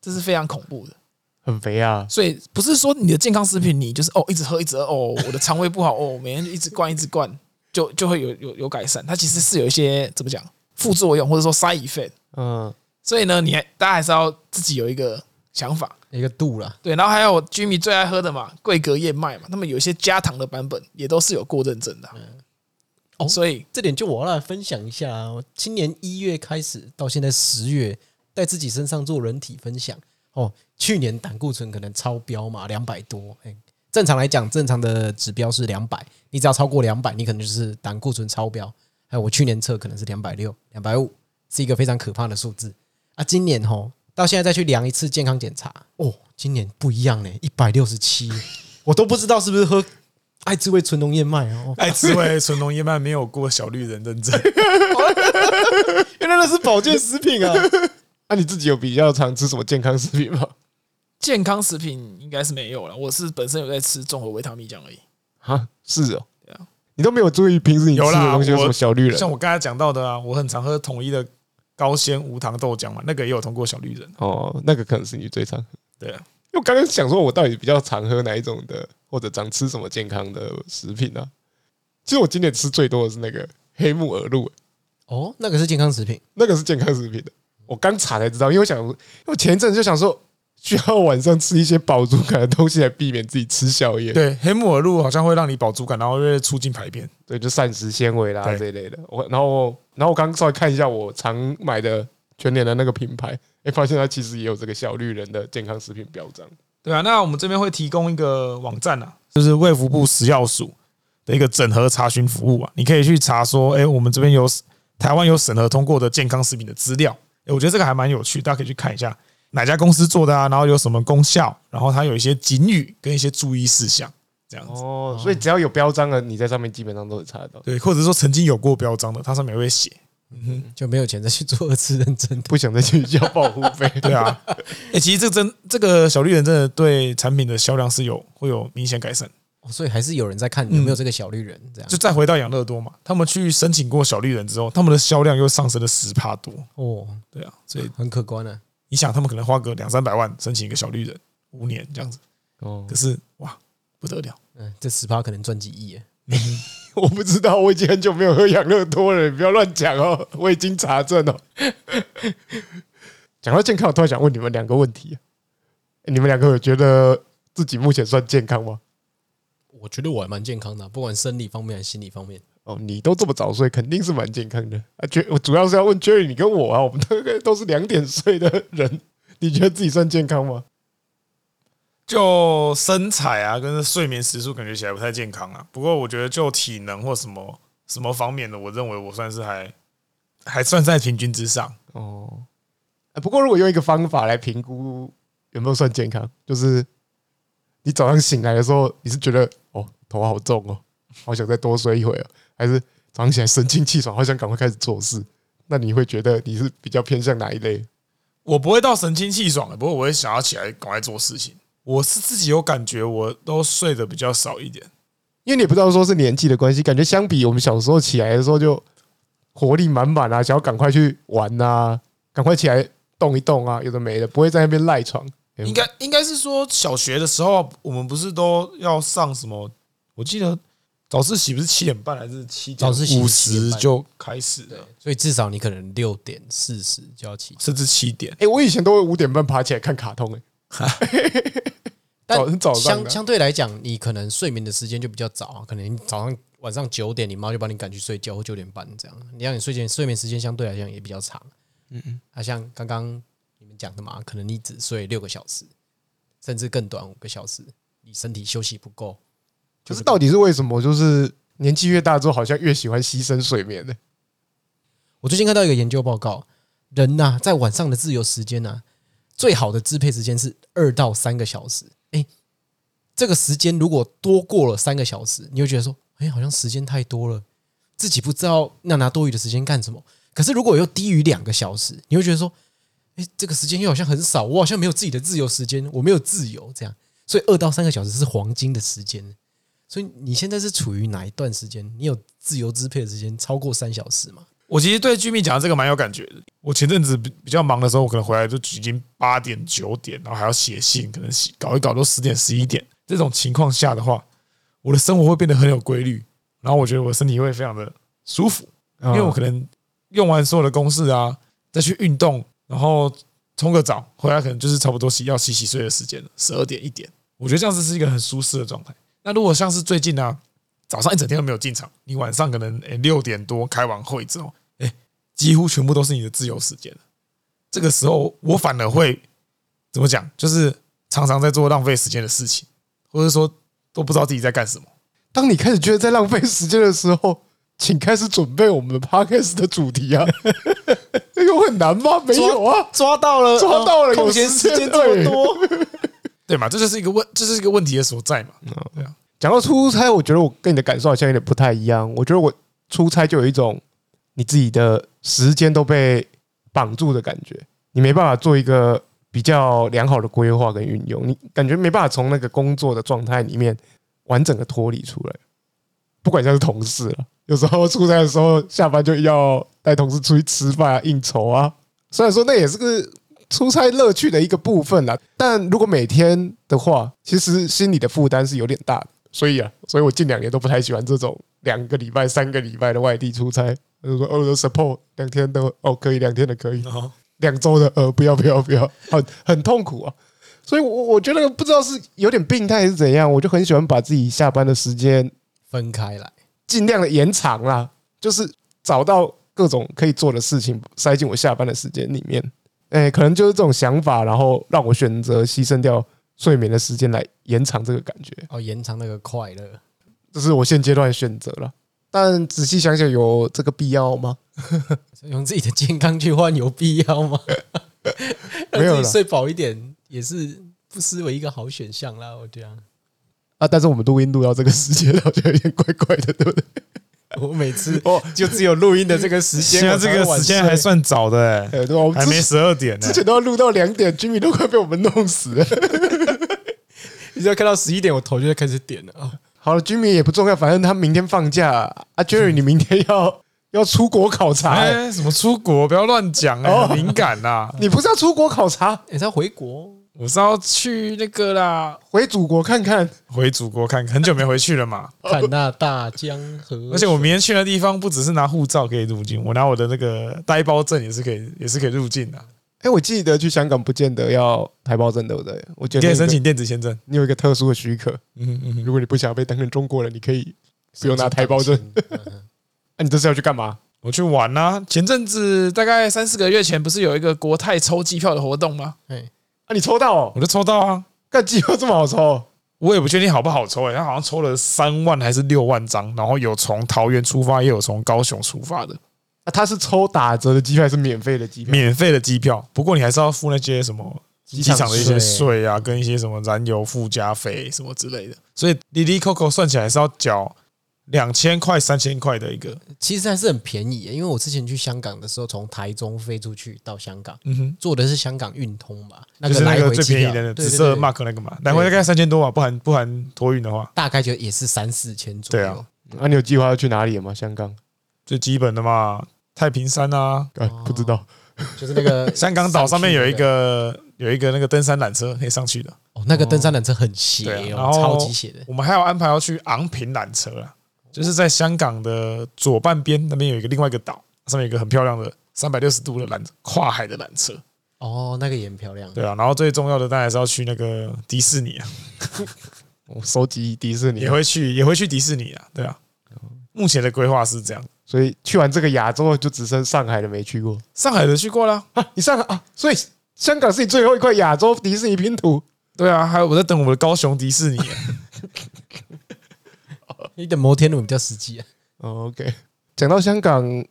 Speaker 3: 这是非常恐怖的。
Speaker 1: 很肥啊，
Speaker 3: 所以不是说你的健康食品你就是哦一直喝一直喝哦，我的肠胃不好哦，每天就一直灌一直灌就就会有有有改善，它其实是有一些怎么讲副作用或者说 side effect。
Speaker 1: 嗯，
Speaker 3: 所以呢，你还大家还是要自己有一个想法。
Speaker 2: 一个度啦，
Speaker 3: 对，然后还有 Jimmy 最爱喝的嘛，桂格燕麦嘛，他们有一些加糖的版本也都是有过认证的啊、
Speaker 2: 哦
Speaker 3: 所以
Speaker 2: 这点就我要来分享一下、啊。我今年一月开始到现在十月，在自己身上做人体分享。哦，去年胆固醇可能超标嘛，两百多。哎、正常来讲，正常的指标是两百，你只要超过两百，你可能就是胆固醇超标。哎，我去年测可能是两百六、两百五，是一个非常可怕的数字啊。今年吼，到现在再去量一次健康检查，哦，今年不一样呢，一百六十七，我都不知道是不是喝爱滋味醇浓燕麦哦，
Speaker 3: 爱滋味哎纯浓燕麦没有过小绿人认证，
Speaker 2: 原来那是保健食品 啊。
Speaker 1: 那、你自己有比较常吃什么健康食品吗？
Speaker 3: 健康食品应该是没有了。我是本身有在吃综合维他命酱而已。
Speaker 1: 啊，是哦
Speaker 3: 对啊，
Speaker 1: 你都没有注意平时你吃
Speaker 3: 有啦
Speaker 1: 的东西有什么
Speaker 3: 我
Speaker 1: 小绿人
Speaker 3: 像我刚才讲到的啊，我很常喝统一的高纤无糖豆浆嘛，那个也有通过小绿人。
Speaker 1: 哦，那个可能是你最常。
Speaker 3: 对啊，
Speaker 1: 因为我刚刚想说，我到底比较常喝哪一种的，或者常吃什么健康的食品啊？其实我今年吃最多的是那个黑木耳露，
Speaker 2: 哦，那个是健康食品，
Speaker 1: 那个是健康食品的。我刚查才知道，因为我想，因为我前一阵子就想说，需要晚上吃一些饱足感的东西来避免自己吃宵夜，
Speaker 3: 对，黑木耳露好像会让你饱足感，然后会促进排便。
Speaker 1: 对，就膳食纤维啦
Speaker 3: 对
Speaker 1: 这一类的。我然后然后我刚稍微看一下我常买的全年的那个品牌，哎，发现它其实也有这个小绿人的健康食品标章。
Speaker 3: 对啊，那我们这边会提供一个网站啊，就是卫福部食药署的一个整合查询服务啊，你可以去查说，哎，我们这边有台湾有审核通过的健康食品的资料，哎，我觉得这个还蛮有趣，大家可以去看一下哪家公司做的啊，然后有什么功效，然后它有一些警语跟一些注意事项，这样子。
Speaker 1: 哦，所以只要有标章的，你在上面基本上都能查得到。
Speaker 3: 对，或者说曾经有过标章的，它上面也会写。
Speaker 2: 就没有钱再去做二次认证的。
Speaker 1: 不想再去交保护费。
Speaker 3: 对啊，哎，其实这真这个小绿人真的对产品的销量是有会有明显改善。
Speaker 2: 哦所以还是有人在看有没有这个小绿人这样
Speaker 3: 就。再回到养乐多嘛，他们去申请过小绿人之后，他们的销量又上升了十帕多。
Speaker 2: 哦，
Speaker 3: 对啊，所以
Speaker 2: 很可观啊。
Speaker 3: 你想，他们可能花个两三百万申请一个小绿人，五年这样子，
Speaker 1: 哦
Speaker 3: 可，是哇，不得了，
Speaker 2: 嗯，这十趴可能赚几亿耶。
Speaker 1: 我不知道，我已经很久没有喝养乐多了，你不要乱讲哦，我已经查证了。 讲到健康，我突然想问你们两个问题、啊哎诶你们两个有觉得自己目前算健康吗？
Speaker 2: 我觉得我还蛮健康的啊、不管生理方面还是心理方面。
Speaker 1: 哦，你都这么早睡，肯定是蛮健康的啊。觉我主要是要问 Jerry 你跟我啊，我们大概都是两点睡的人，你觉得自己算健康吗？
Speaker 3: 就身材啊跟睡眠时数感觉起来不太健康啊。不过我觉得就体能或什么什么方面的，我认为我算是还还算在平均之上。
Speaker 1: 哦，哎不过如果用一个方法来评估有没有算健康，就是你早上醒来的时候，你是觉得哦头好重哦，好想再多睡一会儿，还是早上起来神清气爽，好想赶快开始做事？那你会觉得你是比较偏向哪一类？
Speaker 3: 我不会到神清气爽的，不过我会想要起来赶快做事情。我是自己有感觉，我都睡得比较少一点。
Speaker 1: 因为你也不知道说是年纪的关系，感觉相比我们小时候起来的时候就活力满满啊，想要赶快去玩啊，赶快起来动一动啊，有的没的，不会在那边赖床。
Speaker 3: 应该应该是说小学的时候，我们不是都要上什么？我记得早自习不是七点半还是七点
Speaker 2: 早自习
Speaker 3: 五
Speaker 2: 是7点
Speaker 3: 十
Speaker 2: 半
Speaker 3: 就开始了，
Speaker 2: 所以至少你可能六点四十就要起，
Speaker 3: 甚至七点。
Speaker 1: 哎、我以前都会五点半爬起来看卡通、欸，
Speaker 2: 但
Speaker 1: 早早上的
Speaker 2: 相相对来讲，你可能睡眠的时间就比较早啊，可能你早上晚上九点，你妈就把你赶去睡觉，或九点半这样，你让你睡前睡眠时间相对来讲也比较长。嗯嗯，啊，像刚刚你们讲的嘛，可能你只睡六个小时，甚至更短五个小时，你身体休息不够，
Speaker 1: 可是到底是为什么？就是年纪越大之后，好像越喜欢牺牲睡眠呢、
Speaker 2: 我最近看到一个研究报告，人呐、在晚上的自由时间呐、最好的支配时间是二到三个小时。哎，这个时间如果多过了三个小时，你会觉得说，哎，好像时间太多了，自己不知道要拿多余的时间干什么。可是如果又低于两个小时，你会觉得说，哎，这个时间又好像很少，我好像没有自己的自由时间，我没有自由这样。所以二到三个小时是黄金的时间。所以你现在是处于哪一段时间？你有自由支配的时间超过三小时吗？
Speaker 3: 我其实对居民讲的这个蛮有感觉的。我前阵子比比较忙的时候，我可能回来就已经八点九点，然后还要写信，可能写搞一搞都十点十一点。这种情况下的话，我的生活会变得很有规律，然后我觉得我身体会非常的舒服。因
Speaker 1: 嗯
Speaker 3: 为我可能用完所有的公式啊，再去运动，然后冲个澡，回来可能就是差不多洗要洗洗睡的时间了，十二点一点。我觉得这样子是一个很舒适的状态。那如果像是最近呢、啊，早上一整天都没有进场，你晚上可能诶六点多开完会之后，哎，几乎全部都是你的自由时间了这个时候，我反而会怎么讲？就是常常在做浪费时间的事情，或者说都不知道自己在干什么。
Speaker 1: 当你开始觉得在浪费时间的时候，请开始准备我们的 podcast 的主题啊！有很难吗？没有啊，
Speaker 2: 抓到了，
Speaker 1: 抓到了
Speaker 2: 呃
Speaker 1: 有
Speaker 2: 空闲
Speaker 1: 时
Speaker 2: 时
Speaker 1: 间
Speaker 2: 间这么多，
Speaker 3: 对嘛？这就是一个问，这就是一个问题的所在嘛。对啊，
Speaker 1: 讲到出差，我觉得我跟你的感受好像有点不太一样。我觉得我出差就有一种你自己的时间都被绑住的感觉，你没办法做一个比较良好的规划跟运用，你感觉没办法从那个工作的状态里面完整的脱离出来。不管像是同事了，有时候出差的时候下班就要带同事出去吃饭啊、应酬啊，虽然说那也是个出差乐趣的一个部分啦，但如果每天的话，其实心理的负担是有点大的。所以啊，所以我近两年都不太喜欢这种两个礼拜、三个礼拜的外地出差。我就说哦我，support 两天的哦，可以两天的可以，
Speaker 3: 然后
Speaker 1: 两周的呃，不要不要不要，很很痛苦啊。所以我，我觉得不知道是有点病态还是怎样，我就很喜欢把自己下班的时间
Speaker 2: 分开来。
Speaker 1: 尽量的延长啦，就是找到各种可以做的事情塞进我下班的时间里面。哎、可能就是这种想法，然后让我选择牺牲掉睡眠的时间来延长这个感觉。
Speaker 2: 哦，延长那个快乐。
Speaker 1: 这是我现阶段的选择了。但仔细想想，有这个必要吗？
Speaker 2: 用自己的健康去换有必要 吗？
Speaker 1: 没有啦
Speaker 2: 让自己睡饱一点也是不失为一个好选项啦。我觉得，
Speaker 1: 啊，但是我们录音录到这个时间，我觉得有点怪怪的，对不对？
Speaker 2: 我每次哦，就只有录音的这个时间，
Speaker 3: 现在
Speaker 2: 我才
Speaker 3: 这
Speaker 2: 会
Speaker 3: 个
Speaker 2: 晚
Speaker 3: 时间
Speaker 2: 睡
Speaker 3: 还算早的、欸，
Speaker 1: 呃， 对吧？我们
Speaker 3: 还没
Speaker 1: 之
Speaker 3: 十二点呢、欸
Speaker 1: 之前都要录到两点，Jimmy 都快被我们弄死了。
Speaker 2: 你只要看到十一点，我头就会开始点了啊、
Speaker 1: 好了，Jimmy 也不重要，反正他明天放假啊。啊 Jerry，你明天要 要出国考察、
Speaker 3: 哎、
Speaker 1: 哎哦
Speaker 3: 什么出国不要乱讲哎，很敏感呐、
Speaker 1: 你不是要出国考察，
Speaker 2: 你才哎回国，
Speaker 3: 我是要去那个啦，
Speaker 1: 回祖国看看？
Speaker 3: 回祖国看，很久没回去 了嘛。
Speaker 2: 看那大江河，
Speaker 3: 而且我明天去的地方不只是拿护照可以入境，我拿我的那个呆包证也是可以，也是可以入境的、
Speaker 1: 哎、我记得去香港不见得要台胞证，对不对？我觉
Speaker 3: 你
Speaker 1: 得你
Speaker 3: 可以
Speaker 1: 有
Speaker 3: 申
Speaker 1: 一个
Speaker 3: 请电子签证。
Speaker 1: 你有一个特殊的许可，
Speaker 3: 嗯嗯，
Speaker 1: 如果你不想要被当成中国人，你可以不用拿台胞证。
Speaker 2: 嗯
Speaker 1: 啊那、你这是要去干嘛？
Speaker 3: 我去玩啦、前阵子大概三四个月前，不是有一个国泰抽机票的活动吗？
Speaker 1: 啊，你抽到哦，
Speaker 3: 我就抽到啊，
Speaker 1: 干机票这么好抽？
Speaker 3: 我也不确定好不好抽诶、欸他好像抽了三万还是六万张，然后有从桃园出发，也有从高雄出发的，
Speaker 1: 啊，他是抽打折的机票还是免费的机票？
Speaker 3: 免费的机票。不过你还是要付那些什么
Speaker 2: 机
Speaker 3: 机
Speaker 2: 场
Speaker 3: 场的一
Speaker 2: 税
Speaker 3: 些税啊，跟一些什么燃油附加费什么之类的，所以滴滴 Coco 算起来是要缴两千块、三千块的一个。
Speaker 2: 嗯其实还是很便宜耶，因为我之前去香港的时候，从台中飞出去到香港，
Speaker 3: 嗯哼，
Speaker 2: 坐的是香港运通嘛，那
Speaker 3: 就是
Speaker 2: 个
Speaker 3: 那
Speaker 2: 来
Speaker 3: 个
Speaker 2: 回
Speaker 3: 最
Speaker 2: 机
Speaker 3: 便宜
Speaker 2: 票，
Speaker 3: 的
Speaker 2: 对
Speaker 3: 紫色
Speaker 2: 对对
Speaker 3: mark 那个嘛，来回大概三千多吧，不含不含托运的话，
Speaker 2: 大概就也是三四千左右。
Speaker 3: 对啊
Speaker 1: 啊，你有计划要去哪里吗？香港？
Speaker 3: 最基本的嘛，太平山啊，
Speaker 1: 啊，不知道。
Speaker 2: 就是那个
Speaker 3: 香港岛上面有一
Speaker 2: 去
Speaker 3: 个有一个那个登山缆车可以上去的，
Speaker 2: 那个，哦，那个登山缆车很斜
Speaker 3: 对啊然
Speaker 2: 哦，超
Speaker 3: 后
Speaker 2: 级斜的。
Speaker 3: 我们还有安排要去昂坪缆车啦，就是在香港的左半边那边有一个另外一个岛，上面有一个很漂亮的三百六十度的缆跨海的缆车，
Speaker 2: 哦，那个也很漂亮。
Speaker 3: 对啊，然后最重要的当然是要去那个迪士尼啊，
Speaker 1: 我收集迪士尼
Speaker 3: 也，会去也会去迪士尼啊，对啊，目前的规划是这样，
Speaker 1: 所以去完这个亚洲就只剩上海的没去过。
Speaker 3: 上海的去过啦，
Speaker 1: 啊，你上海啊，所以香港是你最后一块亚洲迪士尼拼图。
Speaker 3: 对啊，还有我在等我们的高雄迪士尼啊、
Speaker 2: 你等摩天轮比较实际啊。
Speaker 1: 哦 OK，讲到香港，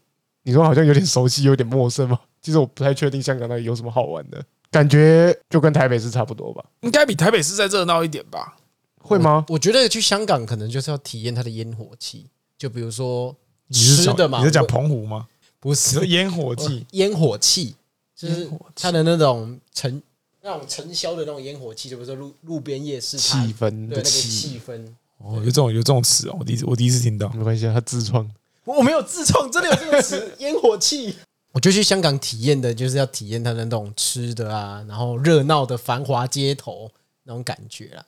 Speaker 1: 你说好像有点熟悉，有点陌生嘛。其实我不太确定香港那里有什么好玩的，感觉就跟台北市差不多吧？
Speaker 3: 应该比台北市再热闹一点吧。
Speaker 1: 会吗？
Speaker 2: 我觉得去香港可能就是要体验它的烟火气，就比如说
Speaker 3: 你是
Speaker 2: 吃
Speaker 3: 讲
Speaker 2: 的嘛
Speaker 3: 你是讲
Speaker 2: 我
Speaker 3: 澎湖吗？
Speaker 2: 不
Speaker 3: 你说
Speaker 2: 是
Speaker 3: 烟火气？
Speaker 2: 烟火气，就是
Speaker 3: 烟火气
Speaker 2: 它的那种承那种承销的那种烟火气，就比如说路路边夜市它
Speaker 1: 气氛
Speaker 2: 对那
Speaker 1: 的
Speaker 2: 个
Speaker 1: 气，
Speaker 2: 气氛。
Speaker 3: 哦，有这种有这种词哦，我第一次我第一次听到。
Speaker 1: 没关系啊，他自创。
Speaker 2: 我没有自创，真的有这个 词“烟火气”。我就去香港体验的，就是要体验它的那种吃的啊，然后热闹的繁华街头那种感觉啦。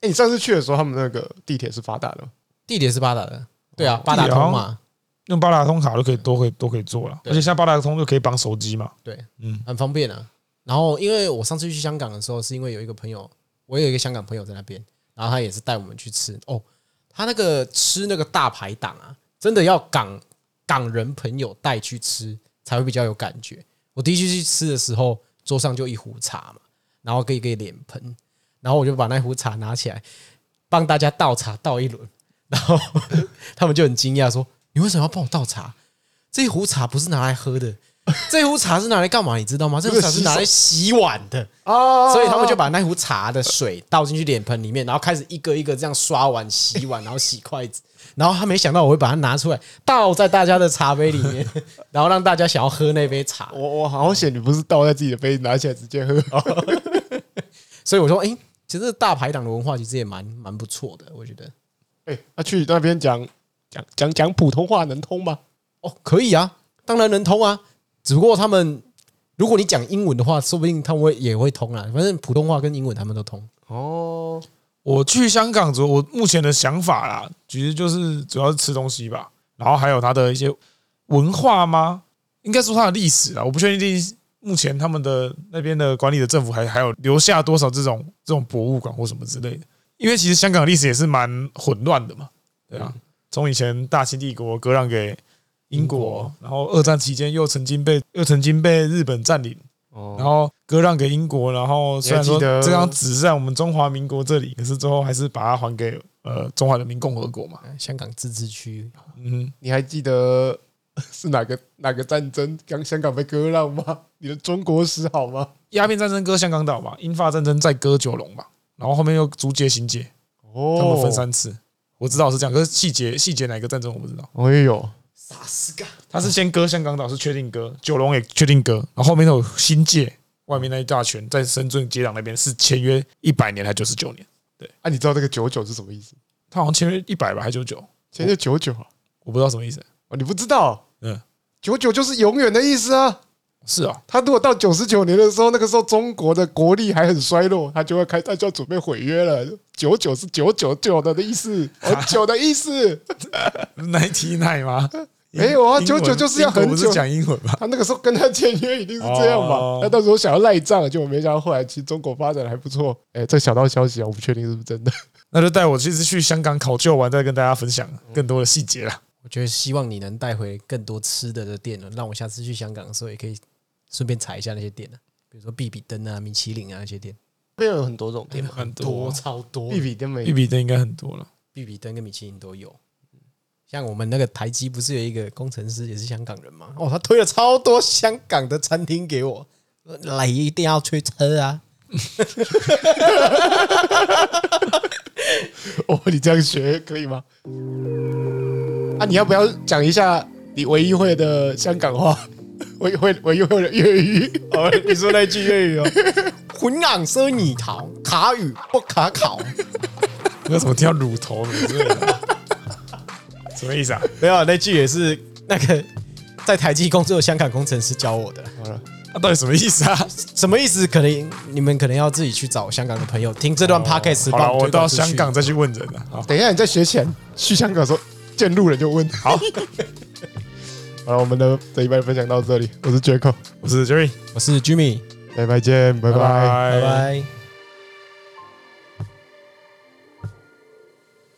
Speaker 1: 哎、你上次去的时候，他们那个地铁是发达的吗，
Speaker 2: 地铁是八达的，对啊，八达通嘛，
Speaker 3: 用八达通卡都可以，都可以，都可以做了。
Speaker 2: 对
Speaker 3: 而且现在八达通就可以绑手机嘛。
Speaker 2: 对，
Speaker 3: 嗯，
Speaker 2: 很方便啊。然后，因为我上次去香港的时候，是因为有一个朋友，我有一个香港朋友在那边，然后他也是带我们去吃哦，他那个吃那个大排档啊，真的要港港人朋友带去吃才会比较有感觉。我第一次去吃的时候，桌上就一壶茶嘛，然后给给脸盆，然后我就把那壶茶拿起来帮大家倒茶倒一轮，然后他们就很惊讶说：“你为什么要帮我倒茶？这一壶茶不是拿来喝的，这一壶茶是拿来干嘛？你知道吗？这壶茶是拿来洗碗的。”
Speaker 1: 哦
Speaker 2: 所以他们就把那壶茶的水倒进去脸盆里面，然后开始一个一个这样刷碗、洗碗，然后洗筷子。然后他没想到我会把它拿出来倒在大家的茶杯里面，然后让大家想要喝那杯茶。
Speaker 1: 我我好险，你不是倒在自己的杯子拿起来直接喝，
Speaker 2: 所以我说，哎、其实大排档的文化其实也蛮蛮不错的，我觉得。
Speaker 1: 哎、他去那边讲讲讲讲普通话能通吗？
Speaker 2: 哦，可以啊，当然能通啊。只不过他们，如果你讲英文的话，说不定他们会也会通啊。反正普通话跟英文他们都通。
Speaker 1: 哦，
Speaker 3: 我去香港主，我目前的想法啦，其实就是主要是吃东西吧，然后还有它的一些文化吗？应该说它的历史啦，我不确定目前他们的那边的管理的政府还还有留下多少这种这种博物馆或什么之类的，因为其实香港的历史也是蛮混乱的嘛，对
Speaker 2: 嗯
Speaker 3: 啊，从以前大清帝国割让给英
Speaker 2: 英
Speaker 3: 国
Speaker 2: 国，
Speaker 3: 然后二战期间又曾经被又曾经被日本占领，然
Speaker 1: 哦，
Speaker 3: 后割让给英国，然后虽然说
Speaker 1: 你还记得
Speaker 3: 这张纸是在我们中华民国这里，可是最后还是把它还给呃中华人民共和国嘛。
Speaker 2: 香港自治区
Speaker 3: 嗯，
Speaker 1: 你还记得 是哪个哪个战争刚香港被割让吗？ 你的中国史好吗？
Speaker 3: 鸦片战争割香港岛嘛，英法战争再割九龙嘛，然后后面又租界、新界，
Speaker 1: 哦
Speaker 3: 他们分，三次。我知道是这样，可是细节细节哪个战争我不知道。
Speaker 1: 哎呦，
Speaker 2: 萨斯嘎
Speaker 3: 他是先割香港岛是确定割，九龙也确定割，然后后面有新界外面那一大圈，在深圳接壤那边是签约一百年还九十九年，
Speaker 1: 啊，你知道这个九九是什么意思？
Speaker 3: 他好像签约一百吧，还九九，
Speaker 1: 前就九九啊，
Speaker 3: 我不知道什么意思。
Speaker 1: 哦，你不知道？
Speaker 3: 嗯，
Speaker 1: 九九就是永远的意思啊。
Speaker 3: 是啊、
Speaker 1: 他如果到九十九年的时候，那个时候中国的国力还很衰落，他就会开，他就要准备毁约了。九九是九九九的意思，很久的意 思。
Speaker 3: ninety nine 吗？
Speaker 1: 没有啊
Speaker 3: 英文
Speaker 1: 99就是要很久
Speaker 3: 英国不是讲英文吧？
Speaker 1: 他那个时候跟他签约一定是这样嘛
Speaker 3: 哦？
Speaker 1: 他到时候想要赖账，就没想到后来其实中国发展得还不错。哎，这小道消息啊，我不确定是不是真的。
Speaker 3: 那就带我这次去香港考究完，再跟大家分享更多的
Speaker 1: 嗯
Speaker 3: 细节啦。
Speaker 2: 我觉得希望你能带回更多吃的的店了，让我下次去香港的时候也可以顺便踩一下那些店了，比如说必比登啊、米其林啊那些店，
Speaker 1: 边有很多种店嘛，
Speaker 3: 很
Speaker 2: 多超多
Speaker 1: 一，比都没
Speaker 3: 一比的应该很多了。
Speaker 2: 必比登跟米其林都有。嗯像我们那个台积不是有一个工程师也是香港人吗？哦，他推了超多香港的餐厅给我，呃来一定要去吃啊！
Speaker 1: 哦，你这样学可以吗？啊，你要不要讲一下你唯一会的香港话？ 唯一会唯一会的粤语？
Speaker 3: 哦，你说那句粤语哦，
Speaker 2: 混港生你逃，卡语不卡考。
Speaker 3: 为什么听到乳头呢？真的 什么意思啊？
Speaker 2: 没有，那句也是那个在台积工作的香港工程师教我的。
Speaker 1: 好了，
Speaker 3: 那到底什么意思 啊？
Speaker 2: 什么意思？可能你们可能要自己去找香港的朋友听这段 podcast
Speaker 3: 哦好
Speaker 2: 帮
Speaker 3: 了，
Speaker 2: 们
Speaker 3: 我
Speaker 2: 推广
Speaker 3: 到
Speaker 2: 出去。
Speaker 3: 香港再去问人了。好，
Speaker 1: 等一下你在学前去香港的时候见路人就问。
Speaker 3: 好，
Speaker 1: 好了，我们的这一拜分享到这里，我是 Jaco，
Speaker 3: 我是 Jerry，
Speaker 2: 我是 Jimmy，
Speaker 1: 下一拜见，拜拜
Speaker 2: 拜拜。